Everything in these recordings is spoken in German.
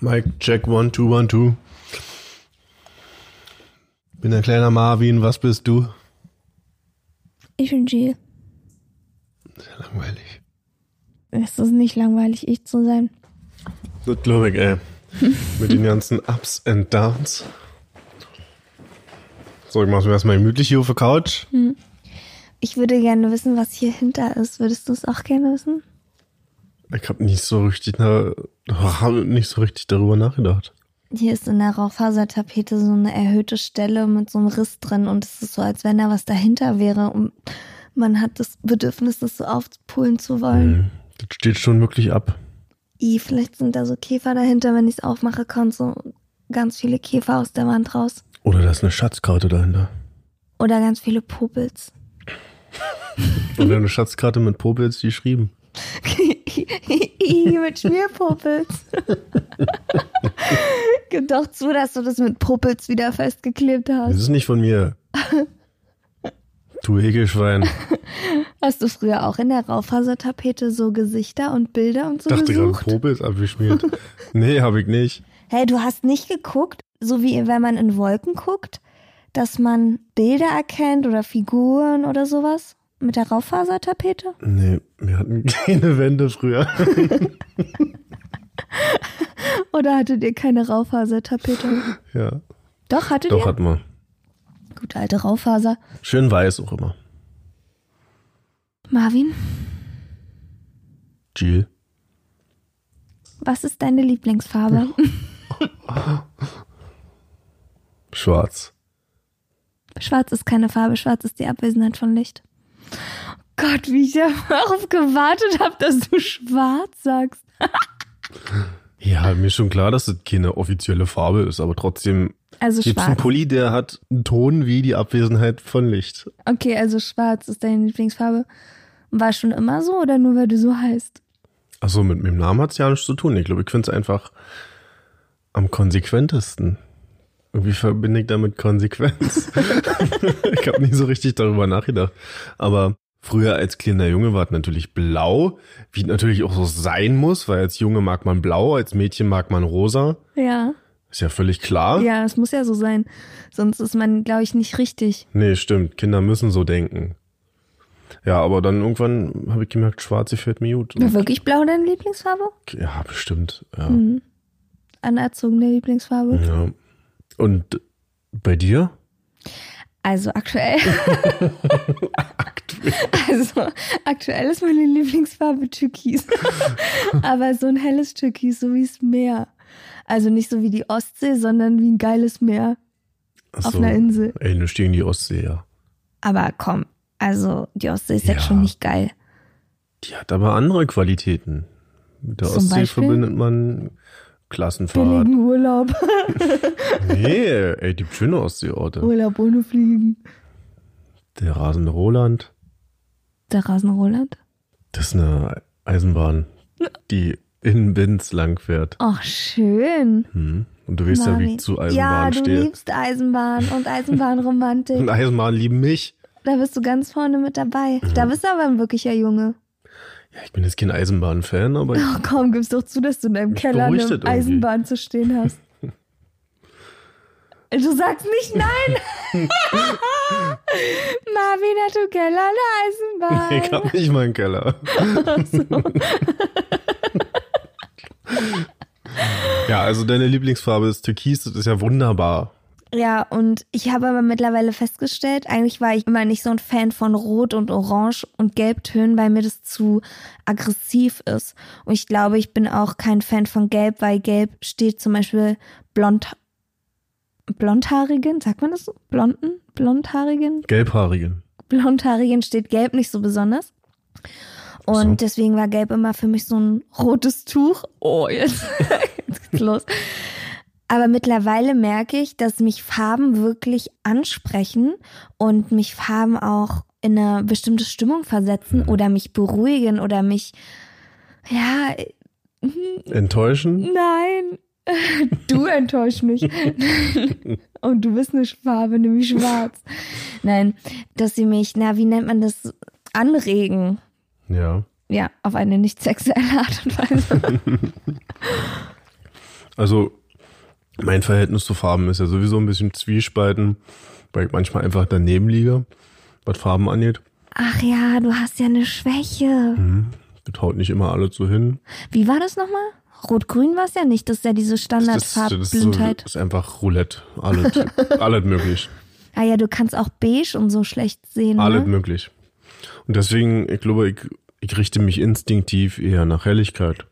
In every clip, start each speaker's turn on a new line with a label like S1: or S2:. S1: Mike, check one, two, one, two. Bin ein kleiner Marvin, was bist du?
S2: Ich bin Jill.
S1: Sehr langweilig.
S2: Es ist nicht langweilig, ich zu sein.
S1: Das glaube ich, ey. Mit den ganzen Ups and Downs. So, ich mach's mir erstmal gemütlich hier auf der Couch.
S2: Ich würde gerne wissen, was hier hinter ist. Würdest du es auch gerne wissen?
S1: Ich habe nicht so richtig na, hab nicht so richtig darüber nachgedacht.
S2: Hier ist in der Rauchfasertapete so eine erhöhte Stelle mit so einem Riss drin und es ist so, als wenn da was dahinter wäre und man hat das Bedürfnis, das so aufpulen zu
S1: Mhm.
S2: wollen.
S1: Das steht schon wirklich ab.
S2: I, vielleicht sind da so Käfer dahinter, wenn ich es aufmache, kommen so ganz viele Käfer aus der Wand raus.
S1: Oder da ist eine Schatzkarte dahinter.
S2: Oder ganz viele Popels.
S1: Oder eine Schatzkarte mit Popels, die geschrieben.
S2: I, mit Schmierpopels. Gib doch zu, dass du das mit Popels wieder festgeklebt
S1: Das
S2: hast.
S1: ist nicht von mir. Du Hegelschwein.
S2: Hast du früher auch in der Raufasertapete so Gesichter und Bilder und so
S1: Dachte gerade,
S2: gesucht?
S1: Popels abgeschmiert. Nee, habe ich nicht.
S2: Hey, du hast nicht geguckt, so wie wenn man in Wolken guckt, dass man Bilder erkennt oder Figuren oder sowas mit der Raufasertapete?
S1: Nee, wir hatten keine Wände früher.
S2: Oder hattet ihr keine Raufasertapete?
S1: Ja.
S2: Doch, hattet
S1: Doch,
S2: ihr?
S1: hatten wir.
S2: Gute alte Raufaser.
S1: Schön weiß auch immer.
S2: Marvin,
S1: Jill.
S2: was ist deine Lieblingsfarbe?
S1: Schwarz.
S2: Schwarz ist keine Farbe, schwarz ist die Abwesenheit von Licht. Gott, wie ich darauf gewartet habe, dass du schwarz sagst.
S1: Ja, mir ist schon klar, dass das keine offizielle Farbe ist, aber trotzdem
S2: Also
S1: gibt's einen
S2: schwarz.
S1: Pulli, der hat einen Ton wie die Abwesenheit von Licht.
S2: Okay, also schwarz ist deine Lieblingsfarbe. War schon immer so oder nur weil du so heißt?
S1: Achso, mit meinem Namen hat's ja nichts zu tun. Ich glaube, ich find's einfach am konsequentesten. Irgendwie verbinde ich damit Konsequenz. ich habe nie so richtig darüber nachgedacht. Aber früher als kleiner Junge war es natürlich blau, wie es natürlich auch so sein muss, weil als Junge mag man blau, als Mädchen mag man rosa.
S2: Ja.
S1: Ist ja völlig klar.
S2: Ja, es muss ja so sein. Sonst ist man, glaube ich, nicht richtig.
S1: Nee, stimmt. Kinder müssen so denken. Ja, aber dann irgendwann habe ich gemerkt, schwarz gefällt mir gut.
S2: War wirklich blau deine Lieblingsfarbe? Hm.
S1: Ja, bestimmt. Ja. Mhm.
S2: Anerzogene Lieblingsfarbe?
S1: ja. Und bei dir?
S2: Also aktuell. also aktuell ist meine Lieblingsfarbe Türkis. Aber so ein helles Türkis, so wie das Meer. Also nicht so wie die Ostsee, sondern wie ein geiles Meer
S1: Ach
S2: auf
S1: so.
S2: einer Insel.
S1: Ey, nur stehen die Ostsee, ja.
S2: Aber komm, also die Ostsee ist jetzt
S1: Ja.
S2: schon nicht geil.
S1: Die hat aber andere Qualitäten. Mit der
S2: Zum
S1: Ostsee
S2: Beispiel?
S1: verbindet man Klassenfahrt.
S2: Billigen Urlaub.
S1: Nee, ey, die schöne Ostseeorte.
S2: Urlaub ohne Fliegen.
S1: Der rasende Roland.
S2: Der Rasen Roland.
S1: Das ist eine Eisenbahn, die in Binz lang fährt.
S2: Ach, schön.
S1: Hm. Und du weißt ja, wie
S2: Marvin.
S1: ich zu
S2: ja,
S1: Eisenbahn
S2: du
S1: stehe.
S2: liebst Eisenbahn und Eisenbahnromantik.
S1: Und Eisenbahnen lieben mich.
S2: da bist du ganz vorne mit dabei.
S1: Mhm.
S2: Da bist du aber ein wirklicher Junge.
S1: Ich bin jetzt kein Eisenbahn-Fan, aber
S2: Oh, komm, gib's doch zu, dass du in deinem
S1: Mich
S2: Keller
S1: beruhigt
S2: eine
S1: das irgendwie.
S2: Eisenbahn zu stehen hast. Du sagst nicht nein. Marvin hat im Keller eine
S1: ich
S2: Eisenbahn.
S1: habe nicht meinen Keller. ja, also deine Lieblingsfarbe ist Türkis, das ist ja wunderbar.
S2: Ja, und ich habe aber mittlerweile festgestellt, eigentlich war ich immer nicht so ein Fan von Rot und Orange und Gelbtönen, weil mir das zu aggressiv ist. Und ich glaube, ich bin auch kein Fan von Gelb, weil Gelb steht zum Beispiel blond, blondhaarigen, sagt man das so? Blonden? Blondhaarigen?
S1: Gelbhaarigen.
S2: Blondhaarigen steht gelb nicht so besonders. Und
S1: So.
S2: deswegen war gelb immer für mich so ein rotes Tuch. Oh, jetzt, jetzt geht's los. Aber mittlerweile merke ich, dass mich Farben wirklich ansprechen und mich Farben auch in eine bestimmte Stimmung versetzen oder mich beruhigen oder mich, ja,
S1: Enttäuschen?
S2: nein, du enttäuscht mich. und du bist eine Schwabe, nämlich schwarz. Nein, dass sie mich, na, wie nennt man das, anregen
S1: Ja.
S2: ja, auf eine nicht sexuelle Art und Weise.
S1: Also mein Verhältnis zu Farben ist ja sowieso ein bisschen zwiespalten, weil ich manchmal einfach daneben liege, was Farben angeht.
S2: Ach ja, du hast ja eine Schwäche.
S1: Hm. Das haut nicht immer alles so hin.
S2: Wie war das nochmal? Rot-Grün war es ja nicht, das ist ja diese
S1: das, ist so,
S2: Standardfarbblindheit.
S1: ist einfach Roulette. Alles, alles möglich.
S2: Ah ja, du kannst auch beige und so schlecht sehen.
S1: Alles
S2: Ne?
S1: möglich. Und deswegen, ich glaube, ich, ich richte mich instinktiv eher nach Helligkeit.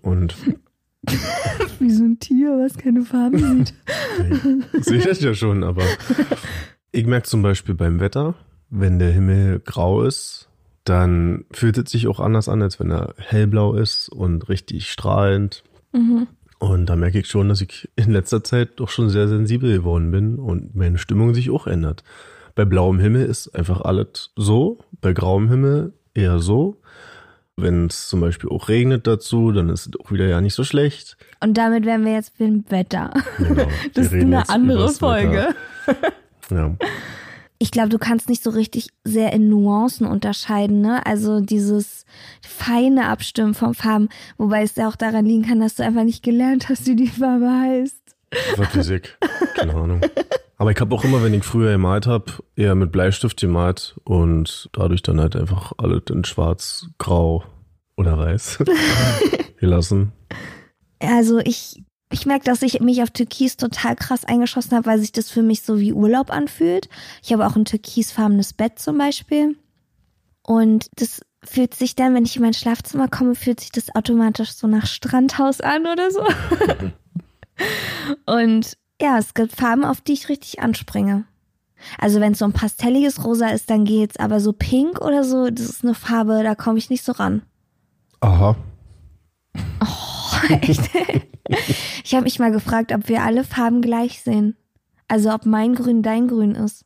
S1: Und
S2: Wie so ein Tier, was keine Farben sieht.
S1: ich sehe das ja schon, aber ich merke zum Beispiel beim Wetter, wenn der Himmel grau ist, dann fühlt es sich auch anders an, als wenn er hellblau ist und richtig strahlend.
S2: Mhm.
S1: Und da merke ich schon, dass ich in letzter Zeit doch schon sehr sensibel geworden bin und meine Stimmung sich auch ändert. Bei blauem Himmel ist einfach alles so, bei grauem Himmel eher so. Wenn es zum Beispiel auch regnet dazu, dann ist es auch wieder ja nicht so schlecht.
S2: Und damit wären wir jetzt beim Wetter.
S1: Genau, wir
S2: Das ist
S1: reden
S2: eine
S1: jetzt
S2: andere
S1: übers Wetter.
S2: Folge.
S1: Ja.
S2: Ich glaube, du kannst nicht so richtig sehr in Nuancen unterscheiden, ne? Also dieses feine Abstimmen von Farben, wobei es ja auch daran liegen kann, dass du einfach nicht gelernt hast, wie die Farbe heißt.
S1: War Physik. Keine Ahnung. Aber ich habe auch immer, wenn ich früher gemalt habe, eher mit Bleistift gemalt und dadurch dann halt einfach alles in schwarz, grau oder weiß gelassen.
S2: Also ich, ich merke, dass ich mich auf Türkis total krass eingeschossen habe, weil sich das für mich so wie Urlaub anfühlt. Ich habe auch ein türkisfarbenes Bett zum Beispiel. Und das fühlt sich dann, wenn ich in mein Schlafzimmer komme, fühlt sich das automatisch so nach Strandhaus an oder so. Und ja, es gibt Farben, auf die ich richtig anspringe. Also wenn es so ein pastelliges Rosa ist, dann geht's. Aber so pink oder so, das ist eine Farbe, da komme ich nicht so ran.
S1: Aha.
S2: Echt? ich habe mich mal gefragt, ob wir alle Farben gleich sehen. Also ob mein Grün dein Grün ist.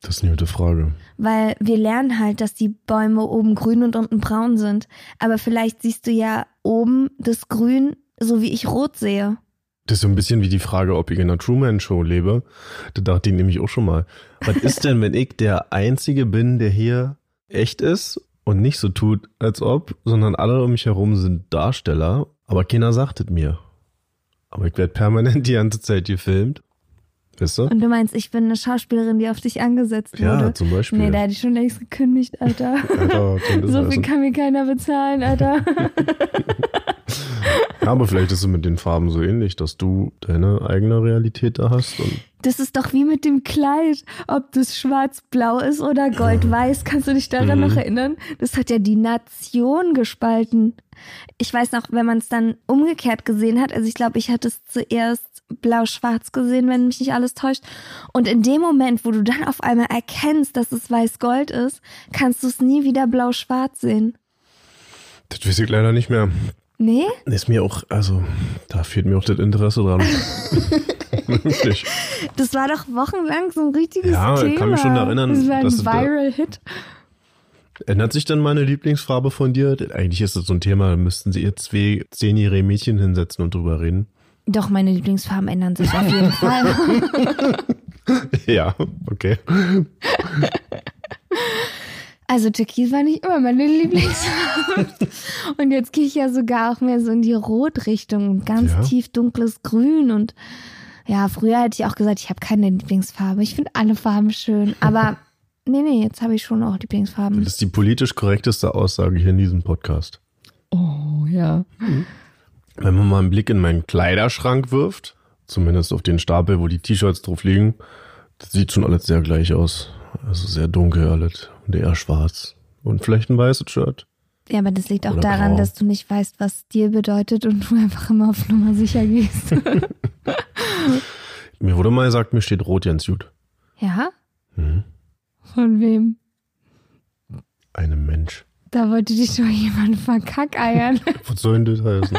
S1: Das ist eine gute Frage.
S2: Weil wir lernen halt, dass die Bäume oben grün und unten braun sind. Aber vielleicht siehst du ja oben das Grün, so wie ich rot sehe.
S1: Das ist so ein bisschen wie die Frage, ob ich in einer Truman-Show lebe. Da dachte ich nämlich auch schon mal. Was ist denn, wenn ich der Einzige bin, der hier echt ist und nicht so tut, als ob, sondern alle um mich herum sind Darsteller, aber keiner sagt es mir. Aber ich werde permanent die ganze Zeit gefilmt. Wisst ihr?
S2: Und du meinst, ich bin eine Schauspielerin, die auf dich angesetzt
S1: Ja,
S2: wurde.
S1: zum Beispiel.
S2: Nee, da hätte ich schon längst gekündigt, Alter.
S1: Alter, zum
S2: so viel
S1: Businessen.
S2: kann mir keiner bezahlen, Alter.
S1: ja, aber vielleicht ist es mit den Farben so ähnlich, dass du deine eigene Realität da hast. Und
S2: Das ist doch wie mit dem Kleid. Ob das schwarz-blau ist oder gold-weiß, kannst du dich daran
S1: Mhm.
S2: noch erinnern? Das hat ja die Nation gespalten. Ich weiß noch, wenn man es dann umgekehrt gesehen hat, also ich glaube, ich hatte es zuerst blau-schwarz gesehen, wenn mich nicht alles täuscht. Und in dem Moment, wo du dann auf einmal erkennst, dass es weiß-gold ist, kannst du es nie wieder blau-schwarz sehen.
S1: das weiß ich leider nicht mehr.
S2: Nee?
S1: Ist mir auch, also, da fehlt mir auch das Interesse dran. Wirklich.
S2: Das war doch wochenlang so ein richtiges
S1: Ja, ich
S2: Thema.
S1: kann mich schon erinnern,
S2: Das war ein
S1: dass es da-
S2: Viral-Hit.
S1: Ändert sich dann meine Lieblingsfarbe von dir? Denn Eigentlich ist das so ein Thema, da müssten sie ihr zwei zehnjährige Mädchen hinsetzen und drüber reden.
S2: Doch, meine Lieblingsfarben ändern sich auf jeden Fall.
S1: ja, okay.
S2: Also Türkis war nicht immer meine Lieblingsfarbe. und jetzt gehe ich ja sogar auch mehr so in die Rotrichtung und ganz
S1: Ja.
S2: tief dunkles Grün und ja, früher hätte ich auch gesagt, ich habe keine Lieblingsfarbe. Ich finde alle Farben schön, aber nee, nee, jetzt habe ich schon auch Lieblingsfarben.
S1: Das ist die politisch korrekteste Aussage hier in diesem Podcast. Hm.
S2: Oh, ja.
S1: Wenn man mal einen Blick in meinen Kleiderschrank wirft, zumindest auf den Stapel, wo die T-Shirts drauf liegen, das sieht schon alles sehr gleich aus. Also sehr dunkel alles und eher schwarz. Und vielleicht ein weißes Shirt.
S2: Ja, aber das liegt auch
S1: Oder
S2: daran,
S1: grau.
S2: dass du nicht weißt, was dir bedeutet und du einfach immer auf Nummer sicher gehst.
S1: Mir wurde mal gesagt, mir steht rot Jens Jud.
S2: Ja?
S1: Mhm.
S2: Von wem?
S1: Einem Mensch.
S2: Da wollte dich doch jemand verkackeiern.
S1: Was soll denn das heißen?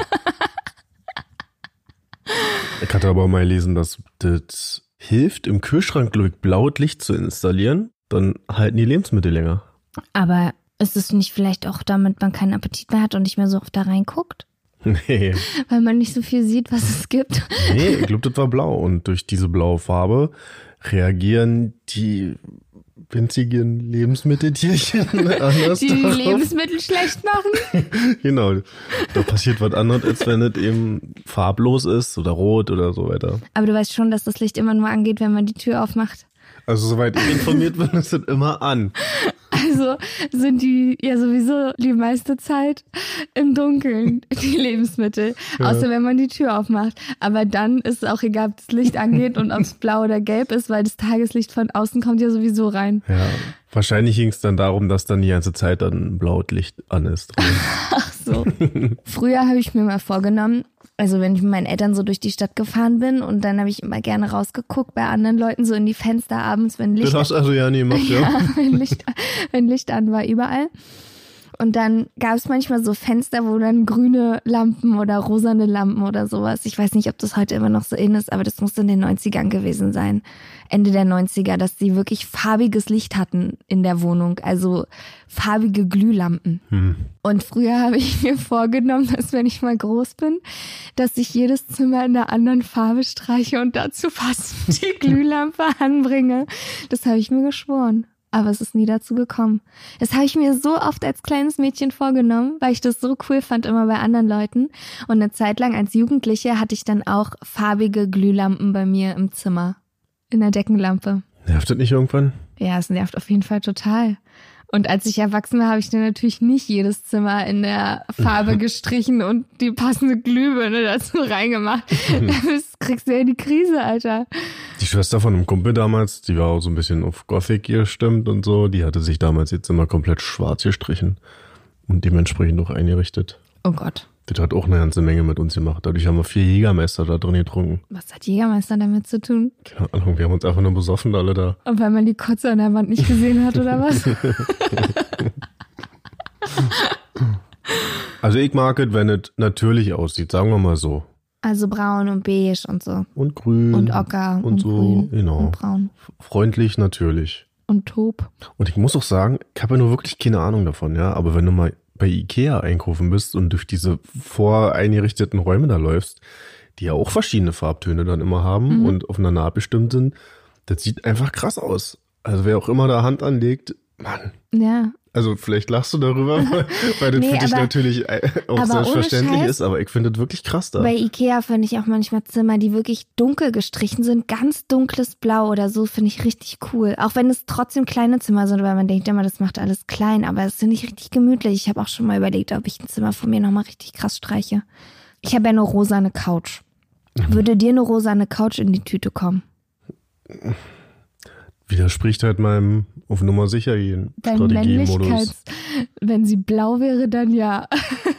S1: ich hatte aber mal lesen, dass das hilft, im Kühlschrank, glaube ich, blaues Licht zu installieren. Dann halten die Lebensmittel länger.
S2: Aber ist es nicht vielleicht auch damit man keinen Appetit mehr hat und nicht mehr so oft da reinguckt?
S1: Nee.
S2: Weil man nicht so viel sieht, was es gibt.
S1: Nee, ich glaube, das war blau. Und durch diese blaue Farbe reagieren die winzigen Lebensmitteltierchen anders
S2: Die die
S1: darauf.
S2: Lebensmittel schlecht machen.
S1: genau. Da passiert was anderes, als wenn es eben farblos ist oder rot oder so weiter.
S2: Aber du weißt schon, dass das Licht immer nur angeht, wenn man die Tür aufmacht.
S1: Also soweit ich informiert bin, ist das immer an.
S2: Also sind die ja sowieso die meiste Zeit im Dunkeln, die Lebensmittel. Außer wenn man die Tür aufmacht. Aber dann ist es auch egal, ob das Licht angeht und ob es blau oder gelb ist, weil das Tageslicht von außen kommt ja sowieso rein.
S1: Ja. Wahrscheinlich ging es dann darum, dass dann die ganze Zeit dann blaues Licht an ist. drin.
S2: Ach so. Früher habe ich mir mal vorgenommen, also wenn ich mit meinen Eltern so durch die Stadt gefahren bin und dann habe ich immer gerne rausgeguckt bei anderen Leuten so in die Fenster abends, wenn Licht
S1: Das hast du also ja nie gemacht, ja?
S2: Ja, wenn Licht, wenn Licht an war, überall. Und dann gab es manchmal so Fenster, wo dann grüne Lampen oder rosane Lampen oder sowas. Ich weiß nicht, ob das heute immer noch so in ist, aber das muss in den 90ern gewesen sein. Ende der 90er, dass sie wirklich farbiges Licht hatten in der Wohnung. Also farbige Glühlampen. Und früher habe ich mir vorgenommen, dass wenn ich mal groß bin, dass ich jedes Zimmer in einer anderen Farbe streiche und dazu passend die Glühlampe anbringe. Das habe ich mir geschworen. Aber es ist nie dazu gekommen. Das habe ich mir so oft als kleines Mädchen vorgenommen, weil ich das so cool fand, immer bei anderen Leuten. Und eine Zeit lang als Jugendliche hatte ich dann auch farbige Glühlampen bei mir im Zimmer. In der Deckenlampe.
S1: Nervt das nicht irgendwann?
S2: Ja, es nervt auf jeden Fall total. Und als ich erwachsen war, habe ich dann natürlich nicht jedes Zimmer in der Farbe gestrichen und die passende Glühbirne dazu reingemacht. Das kriegst du ja die Krise, Alter.
S1: Die Schwester von einem Kumpel damals, die war auch so ein bisschen auf Gothic gestimmt und so, die hatte sich damals jetzt immer komplett schwarz gestrichen und dementsprechend auch eingerichtet.
S2: Oh Gott,
S1: Das hat auch eine ganze Menge mit uns gemacht. Dadurch haben wir vier Jägermeister da drin getrunken.
S2: was hat Jägermeister damit zu tun?
S1: Keine Ahnung, wir haben uns einfach nur besoffen alle da.
S2: Und weil man die Kotze an der Wand nicht gesehen hat oder was?
S1: Also ich mag es, wenn es natürlich aussieht, sagen wir mal so.
S2: Also braun und beige und so.
S1: Und grün.
S2: Und ocker
S1: Hm. Und,
S2: und
S1: so,
S2: grün
S1: genau.
S2: und braun.
S1: Freundlich natürlich.
S2: Und taub.
S1: Und ich muss auch sagen, ich habe ja nur wirklich keine Ahnung davon, ja. Aber wenn du mal bei Ikea einkaufen bist und durch diese voreingerichteten Räume da läufst, die ja auch verschiedene Farbtöne dann immer
S2: Mhm.
S1: haben und auf einer Naht bestimmt sind, das sieht einfach krass aus. Also wer auch immer da Hand anlegt, Mann.
S2: Ja.
S1: Also vielleicht lachst du darüber, weil- weil das
S2: Nee,
S1: für dich
S2: aber-
S1: natürlich äh, auch
S2: aber
S1: selbstverständlich
S2: ohne Scheiß-
S1: ist, aber ich finde das wirklich krass da.
S2: Bei Ikea finde ich auch manchmal Zimmer, die wirklich dunkel gestrichen sind. Ganz dunkles Blau oder so finde ich richtig cool. Auch wenn es trotzdem kleine Zimmer sind, weil man denkt immer, das macht alles klein. Aber es finde ich richtig gemütlich. Ich habe auch schon mal überlegt, ob ich ein Zimmer von mir nochmal richtig krass streiche. Ich habe ja eine rosane Couch. Würde dir eine rosane Couch in die Tüte kommen?
S1: Widerspricht halt meinem auf Nummer sicher gehen
S2: Dein Männlichkeits... Wenn sie blau wäre, dann ja.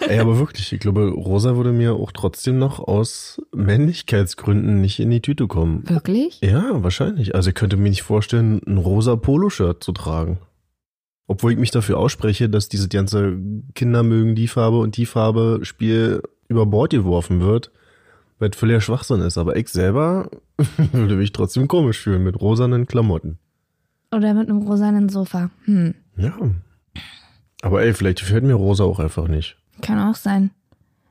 S1: Ey, aber wirklich, ich glaube, Rosa würde mir auch trotzdem noch aus Männlichkeitsgründen nicht in die Tüte kommen.
S2: Wirklich?
S1: Ja, wahrscheinlich. Also ich könnte mir nicht vorstellen, ein rosa Poloshirt zu tragen. Obwohl ich mich dafür ausspreche, dass diese ganze Kinder mögen die Farbe und die Farbe Spiel über Bord geworfen wird, weil es völliger Schwachsinn ist. Aber ich selber würde mich trotzdem komisch fühlen mit rosanen Klamotten.
S2: Oder mit einem rosanen Sofa? Hm,
S1: Ja. Aber ey, vielleicht gefällt mir rosa auch einfach nicht.
S2: kann auch sein.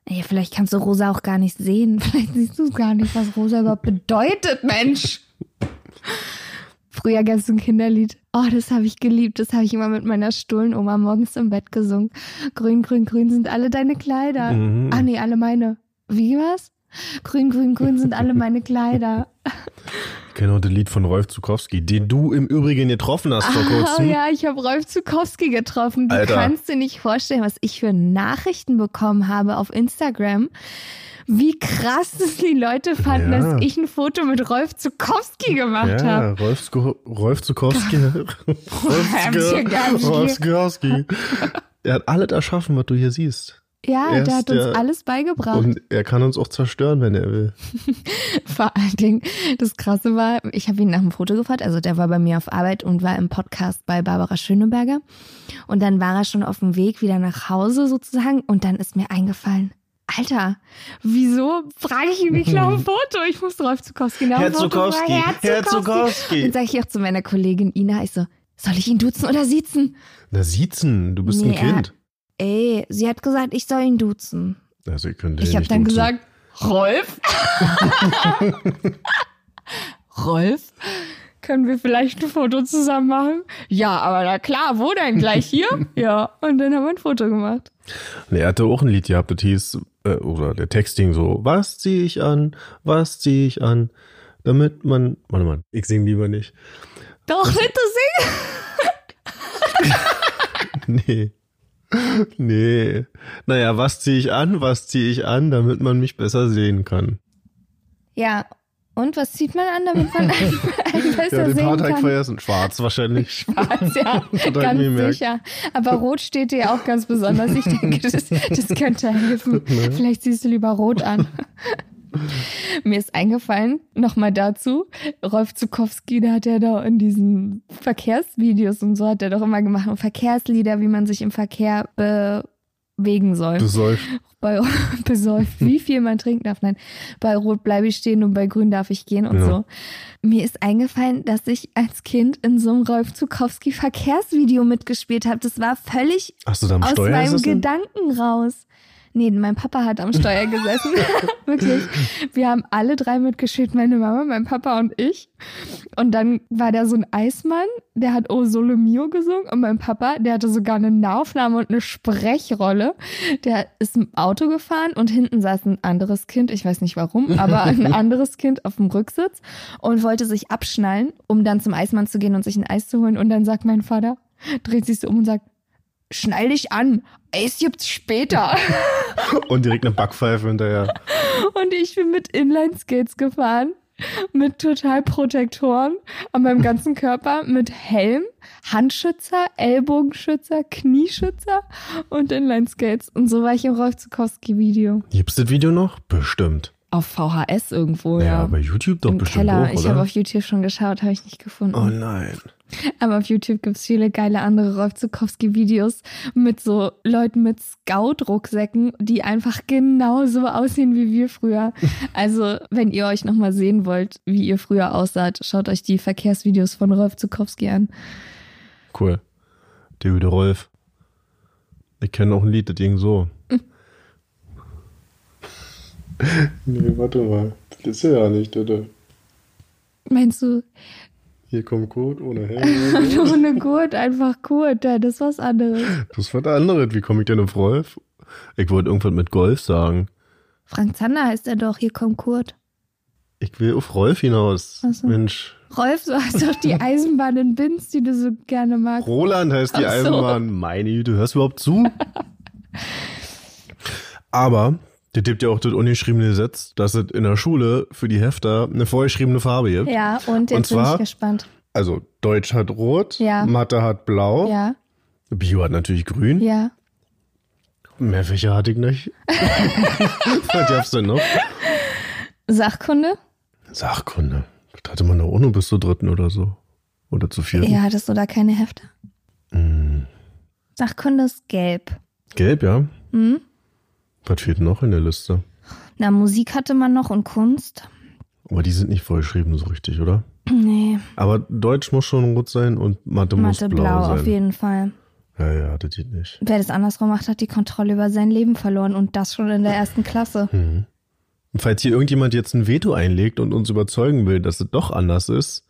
S2: Ja, vielleicht kannst du rosa auch gar nicht sehen. Vielleicht siehst du gar nicht, was rosa überhaupt bedeutet, Mensch. Früher gab es ein Kinderlied. Oh, das habe ich geliebt. Das habe ich immer mit meiner Stullenoma morgens im Bett gesungen. Grün, grün, grün sind alle deine Kleider.
S1: Mhm.
S2: Ah nee, alle meine. Wie was? Grün, grün, grün sind alle meine Kleider.
S1: Genau, das Lied von Rolf Zukowski, den du im Übrigen getroffen hast vor
S2: Oh
S1: kurzem.
S2: ja, ich habe Rolf Zukowski getroffen. Du
S1: Hm? Alter.
S2: kannst dir nicht vorstellen, was ich für Nachrichten bekommen habe auf Instagram. Wie krass es die Leute fanden,
S1: Ja.
S2: dass ich ein Foto mit Rolf Zukowski gemacht
S1: Ja,
S2: habe.
S1: Rolf, Sko Rolf Zukowski. Rolf, Sko
S2: Zukowski.
S1: Rolf Zukowski. Er hat alles erschaffen, was du hier siehst.
S2: Ja,
S1: Erst
S2: der hat uns
S1: der-
S2: alles beigebracht.
S1: Und er kann uns auch zerstören, wenn er will.
S2: Vor allen Dingen, das Krasse war, ich habe ihn nach dem Foto gefragt, also der war bei mir auf Arbeit und war im Podcast bei Barbara Schöneberger. Und dann war er schon auf dem Weg wieder nach Hause sozusagen und dann ist mir eingefallen, Alter, wieso frage ich ihn nicht nach dem Foto? Ich muss Rolf Zukowski nach
S1: Herr
S2: dem Foto fragen.
S1: Zukowski, Herr Zukowski.
S2: Und sage ich auch zu meiner Kollegin Ina, ich so, soll ich ihn duzen oder siezen?
S1: Na, siezen, du bist ein
S2: Nee, er-
S1: Kind.
S2: Ey, sie hat gesagt, ich soll ihn duzen.
S1: Also, ihr könnt
S2: Ich
S1: den
S2: habe
S1: nicht
S2: dann
S1: duzen.
S2: gesagt, Rolf? Rolf? Können wir vielleicht ein Foto zusammen machen? Ja, aber na klar, wo denn? Gleich hier? ja, und dann haben wir ein Foto gemacht.
S1: Und er hatte auch ein Lied gehabt, das hieß, äh, oder der Text ging so, was zieh ich an, was zieh ich an, damit man, warte mal, ich sing lieber nicht.
S2: Doch, bitte singen!
S1: Nee. Nee. Naja, was zieh ich an, was zieh ich an, damit man mich besser sehen kann.
S2: Ja, und was zieht man an, damit man einen besser
S1: ja, den
S2: sehen
S1: Part habe ich
S2: kann?
S1: vergessen. Schwarz wahrscheinlich.
S2: Schwarz, ja,
S1: ich mir
S2: ganz
S1: gemerkt.
S2: sicher. Aber rot steht dir ja auch ganz besonders. Ich denke, das, das könnte helfen. Vielleicht siehst du lieber rot an. Mir ist eingefallen, nochmal dazu, Rolf Zukowski, der hat ja da in diesen Verkehrsvideos und so hat er doch immer gemacht, und Verkehrslieder, wie man sich im Verkehr bewegen soll.
S1: Du sollst.
S2: Bei besäuft, wie viel man trinken darf. Nein, bei Rot bleibe ich stehen und bei Grün darf ich gehen und
S1: Ja.
S2: so. Mir ist eingefallen, dass ich als Kind in so einem Rolf Zukowski Verkehrsvideo mitgespielt habe. Das war völlig
S1: Hast du da am
S2: aus
S1: Steuer
S2: meinem
S1: gesessen?
S2: Gedanken raus. Nee, mein Papa hat am Steuer gesessen. Wirklich. Wir haben alle drei mitgespielt, meine Mama, mein Papa und ich. Und dann war da so ein Eismann, der hat O Sole Mio gesungen und mein Papa, der hatte sogar eine Nahaufnahme und eine Sprechrolle. Der ist im Auto gefahren und hinten saß ein anderes Kind, ich weiß nicht warum, aber ein anderes Kind auf dem Rücksitz und wollte sich abschnallen, um dann zum Eismann zu gehen und sich ein Eis zu holen. Und dann sagt mein Vater, dreht sich so um und sagt, schnall dich an, Eis gibt's später.
S1: Und direkt eine Backpfeife hinterher.
S2: Und ich bin mit Inline-Skates gefahren, mit total Protektoren an meinem ganzen Körper, mit Helm, Handschützer, Ellbogenschützer, Knieschützer und Inline-Skates. Und so war ich im Rolf Zukowski-Video.
S1: Gibt's das Video noch? Bestimmt.
S2: Auf VHS irgendwo,
S1: Naja,
S2: ja.
S1: bei YouTube doch
S2: Im
S1: bestimmt
S2: Keller.
S1: auch,
S2: ich habe
S1: oder?
S2: auf YouTube schon geschaut, habe ich nicht gefunden.
S1: oh nein.
S2: Aber auf YouTube gibt's viele geile andere Rolf Zukowski-Videos mit so Leuten mit Scout-Rucksäcken, die einfach genauso aussehen wie wir früher. Also, wenn ihr euch nochmal sehen wollt, wie ihr früher aussaht, schaut euch die Verkehrsvideos von Rolf Zukowski an.
S1: Cool. Der gute Rolf. Ich kenne auch ein Lied, das ging so. nee, warte mal. Das ist ja nicht, oder?
S2: Meinst du,
S1: Hier kommt Code ohne Helm.
S2: ohne Gurt, einfach Gurt, ja, das ist was anderes.
S1: Das war der andere. Wie komme ich denn auf Rolf? Ich wollte irgendwas mit Golf sagen.
S2: Frank Zander heißt er doch, hier kommt Kurt.
S1: Ich will auf Rolf hinaus.
S2: Ach so.
S1: Mensch.
S2: Rolf, du hast doch die Eisenbahn in Binz, die du so gerne magst.
S1: Roland heißt die
S2: Ach so.
S1: Eisenbahn. Meine Güte, hörst du überhaupt zu? Aber der tippt ja auch das ungeschriebene Gesetz, dass es in der Schule für die Hefter eine vorgeschriebene Farbe gibt.
S2: Ja,
S1: Und
S2: und jetzt bin
S1: zwar-
S2: ich gespannt.
S1: Also Deutsch hat Rot,
S2: Ja.
S1: Mathe hat Blau,
S2: Ja,
S1: Bio hat natürlich Grün.
S2: ja.
S1: Mehr Fächer hatte ich nicht. Was gab's denn noch?
S2: Sachkunde?
S1: Sachkunde. Das hatte man doch auch nur bis zur dritten oder so. Oder zur vierten.
S2: Ja, hattest du da keine Hefte? Sachkunde ist gelb.
S1: Gelb, ja.
S2: Mhm.
S1: Was fehlt noch in der Liste?
S2: Na, Musik hatte man noch und Kunst.
S1: Aber die sind nicht vorgeschrieben so richtig, oder?
S2: Nee,
S1: Aber Deutsch muss schon rot sein und Mathe,
S2: Mathe
S1: muss blau,
S2: blau,
S1: sein.
S2: auf jeden Fall.
S1: ja, ja, das geht nicht.
S2: Wer das andersrum macht, hat die Kontrolle über sein Leben verloren und das schon in der ersten Klasse.
S1: Und falls hier irgendjemand jetzt ein Veto einlegt und uns überzeugen will, dass es doch anders ist,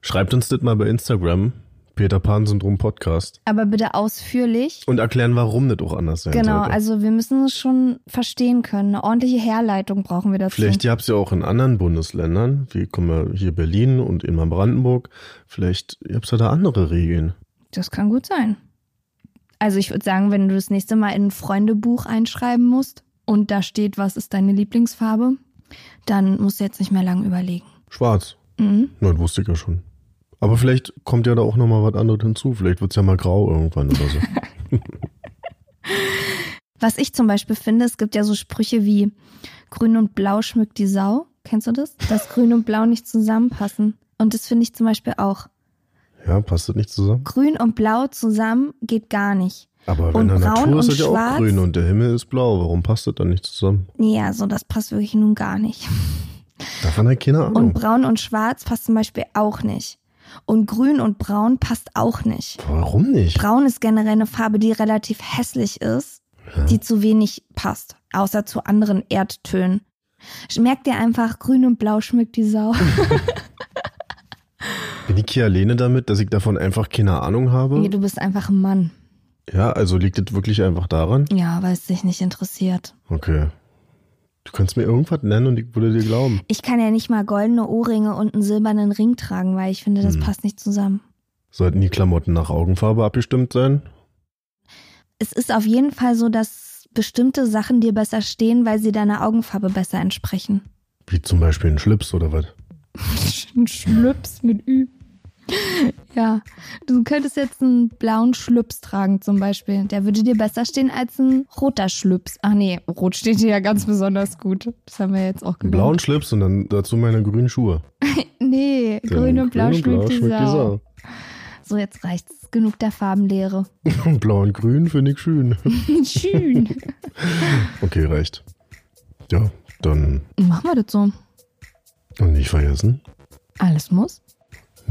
S1: schreibt uns das mal bei Instagram, Peter Pan Syndrom Podcast,
S2: Aber bitte ausführlich.
S1: und erklären, warum das auch anders sein
S2: Genau,
S1: sollte.
S2: also wir müssen es schon verstehen können. Eine ordentliche Herleitung brauchen wir dazu.
S1: Vielleicht gab es ja auch in anderen Bundesländern, wie kommen wir hier Berlin und in Brandenburg, vielleicht gab es ja da andere Regeln.
S2: Das kann gut sein. Also ich würde sagen, wenn du das nächste Mal in ein Freundebuch einschreiben musst und da steht, was ist deine Lieblingsfarbe, dann musst du jetzt nicht mehr lange überlegen.
S1: Schwarz.
S2: Mhm.
S1: Nein, wusste ich ja schon. Aber vielleicht kommt ja da auch nochmal was anderes hinzu. Vielleicht wird es ja mal grau irgendwann oder so.
S2: Was ich zum Beispiel finde, es gibt ja so Sprüche wie Grün und Blau schmückt die Sau. Kennst du das? Dass Grün und Blau nicht zusammenpassen. Und das finde ich zum Beispiel auch.
S1: Ja, passt das nicht zusammen?
S2: Grün und Blau zusammen geht gar nicht.
S1: Aber wenn
S2: Und
S1: der
S2: braun
S1: Natur ist
S2: und
S1: das ja auch
S2: schwarz?
S1: grün und der Himmel ist blau. Warum passt das dann nicht zusammen?
S2: Nee, also das passt wirklich nun gar nicht.
S1: Davon hat keine
S2: Und
S1: Ahnung.
S2: braun und schwarz passt zum Beispiel auch nicht. Und grün und braun passt auch nicht.
S1: Warum nicht?
S2: Braun ist generell eine Farbe, die relativ hässlich ist, die zu wenig passt, außer zu anderen Erdtönen. Merkt ihr einfach, grün und blau schmückt die Sau.
S1: Bin ich hier alleine damit, dass ich davon einfach keine Ahnung
S2: Nee,
S1: habe?
S2: du bist einfach ein Mann.
S1: Ja, also liegt das wirklich einfach daran?
S2: Ja, weil es dich nicht interessiert.
S1: Okay. Du kannst mir irgendwas nennen und ich würde dir glauben.
S2: Ich kann ja nicht mal goldene Ohrringe und einen silbernen Ring tragen, weil ich finde, das passt nicht zusammen.
S1: Sollten die Klamotten nach Augenfarbe abgestimmt sein?
S2: Es ist auf jeden Fall so, dass bestimmte Sachen dir besser stehen, weil sie deiner Augenfarbe besser entsprechen.
S1: Wie zum Beispiel ein Schlips oder was?
S2: Ein Schlüps mit Ü. Ja, du könntest jetzt einen blauen Schlüps tragen zum Beispiel. Der würde dir besser stehen als ein roter Schlüps. Ach nee, rot steht dir ja ganz besonders gut. Das haben wir jetzt auch
S1: Einen
S2: gelernt.
S1: blauen Schlips und dann dazu meine grünen Schuhe.
S2: Nee, grün und blau schmeckt die Sau.
S1: Sau.
S2: So, jetzt reicht's. Genug der Farbenlehre.
S1: Blau und grün finde ich schön.
S2: Schön.
S1: Okay, reicht. Ja, dann
S2: Machen wir das so.
S1: und nicht vergessen,
S2: Alles muss.